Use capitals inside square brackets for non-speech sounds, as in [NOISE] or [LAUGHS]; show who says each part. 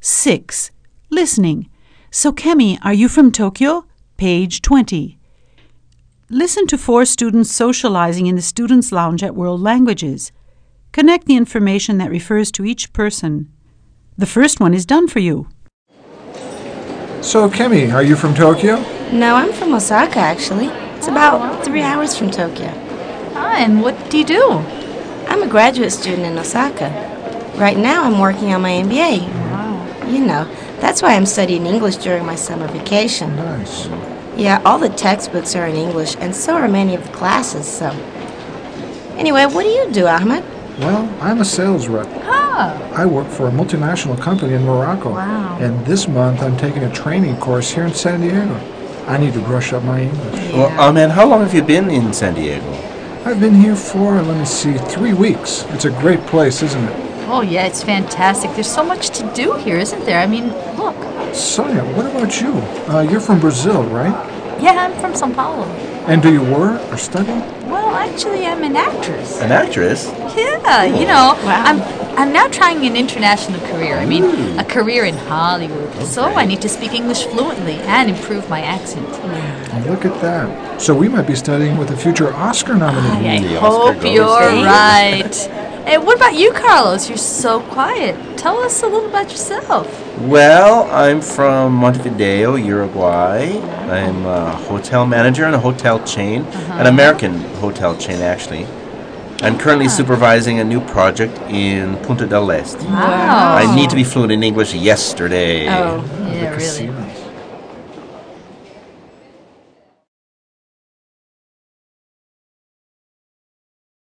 Speaker 1: 6. Listening. So, Kemi, are you from Tokyo? Page 20. Listen to four students socializing in the Students' Lounge at World Languages. Connect the information that refers to each person. The first one is done for you.
Speaker 2: So, Kemi, are you from Tokyo?
Speaker 3: No, I'm from Osaka, actually. It's about three hours from Tokyo.
Speaker 4: Ah, and what do you do?
Speaker 3: I'm a graduate student in Osaka. Right now, I'm working on my MBA.
Speaker 4: Wow.
Speaker 3: You know, that's why I'm studying English during my summer vacation.
Speaker 2: Nice.
Speaker 3: Yeah, all the textbooks are in English, and so are many of the classes, so. Anyway, what do you do, Ahmed?
Speaker 2: Well, I'm a sales rep.
Speaker 4: Ah,
Speaker 2: I work for a multinational company in Morocco.
Speaker 4: Wow.
Speaker 2: And this month I'm taking a training course here in San Diego. I need to brush up my English.
Speaker 5: Well, oh man, how long have you been in San Diego?
Speaker 2: I've been here for, let me see, three weeks. It's a great place, isn't it?
Speaker 4: oh yeah, it's fantastic. There's so much to do here, isn't there? I mean, look.
Speaker 2: Sonia, what about you? Uh, you're from Brazil, right?
Speaker 4: Yeah, I'm from Sao Paulo.
Speaker 2: And do you work or study?
Speaker 4: Well, actually, I'm an actress.
Speaker 5: [LAUGHS] An actress?
Speaker 4: Yeah, you know,
Speaker 3: Wow.
Speaker 4: I'm I'm now trying an international career. I mean,
Speaker 5: Hmm.
Speaker 4: a career in Hollywood. So I need to speak English fluently and improve my accent.
Speaker 5: Hmm,
Speaker 2: Look at that. So we might be studying with a future Oscar nominee.
Speaker 4: I
Speaker 5: The Oscar
Speaker 4: hope
Speaker 5: goes
Speaker 4: you're
Speaker 5: to-
Speaker 4: right.
Speaker 5: [LAUGHS]
Speaker 4: and what about you, Carlos? You're so quiet. Tell us a little about yourself.
Speaker 5: Well, I'm from Montevideo, Uruguay. I'm a hotel manager in a hotel chain, an American hotel chain, actually. I'm currently supervising a new project in Punta del Este.
Speaker 4: Wow.
Speaker 5: Ah. I need to be fluent in English yesterday.
Speaker 3: Oh,
Speaker 4: Yeah, really.
Speaker 2: Casino.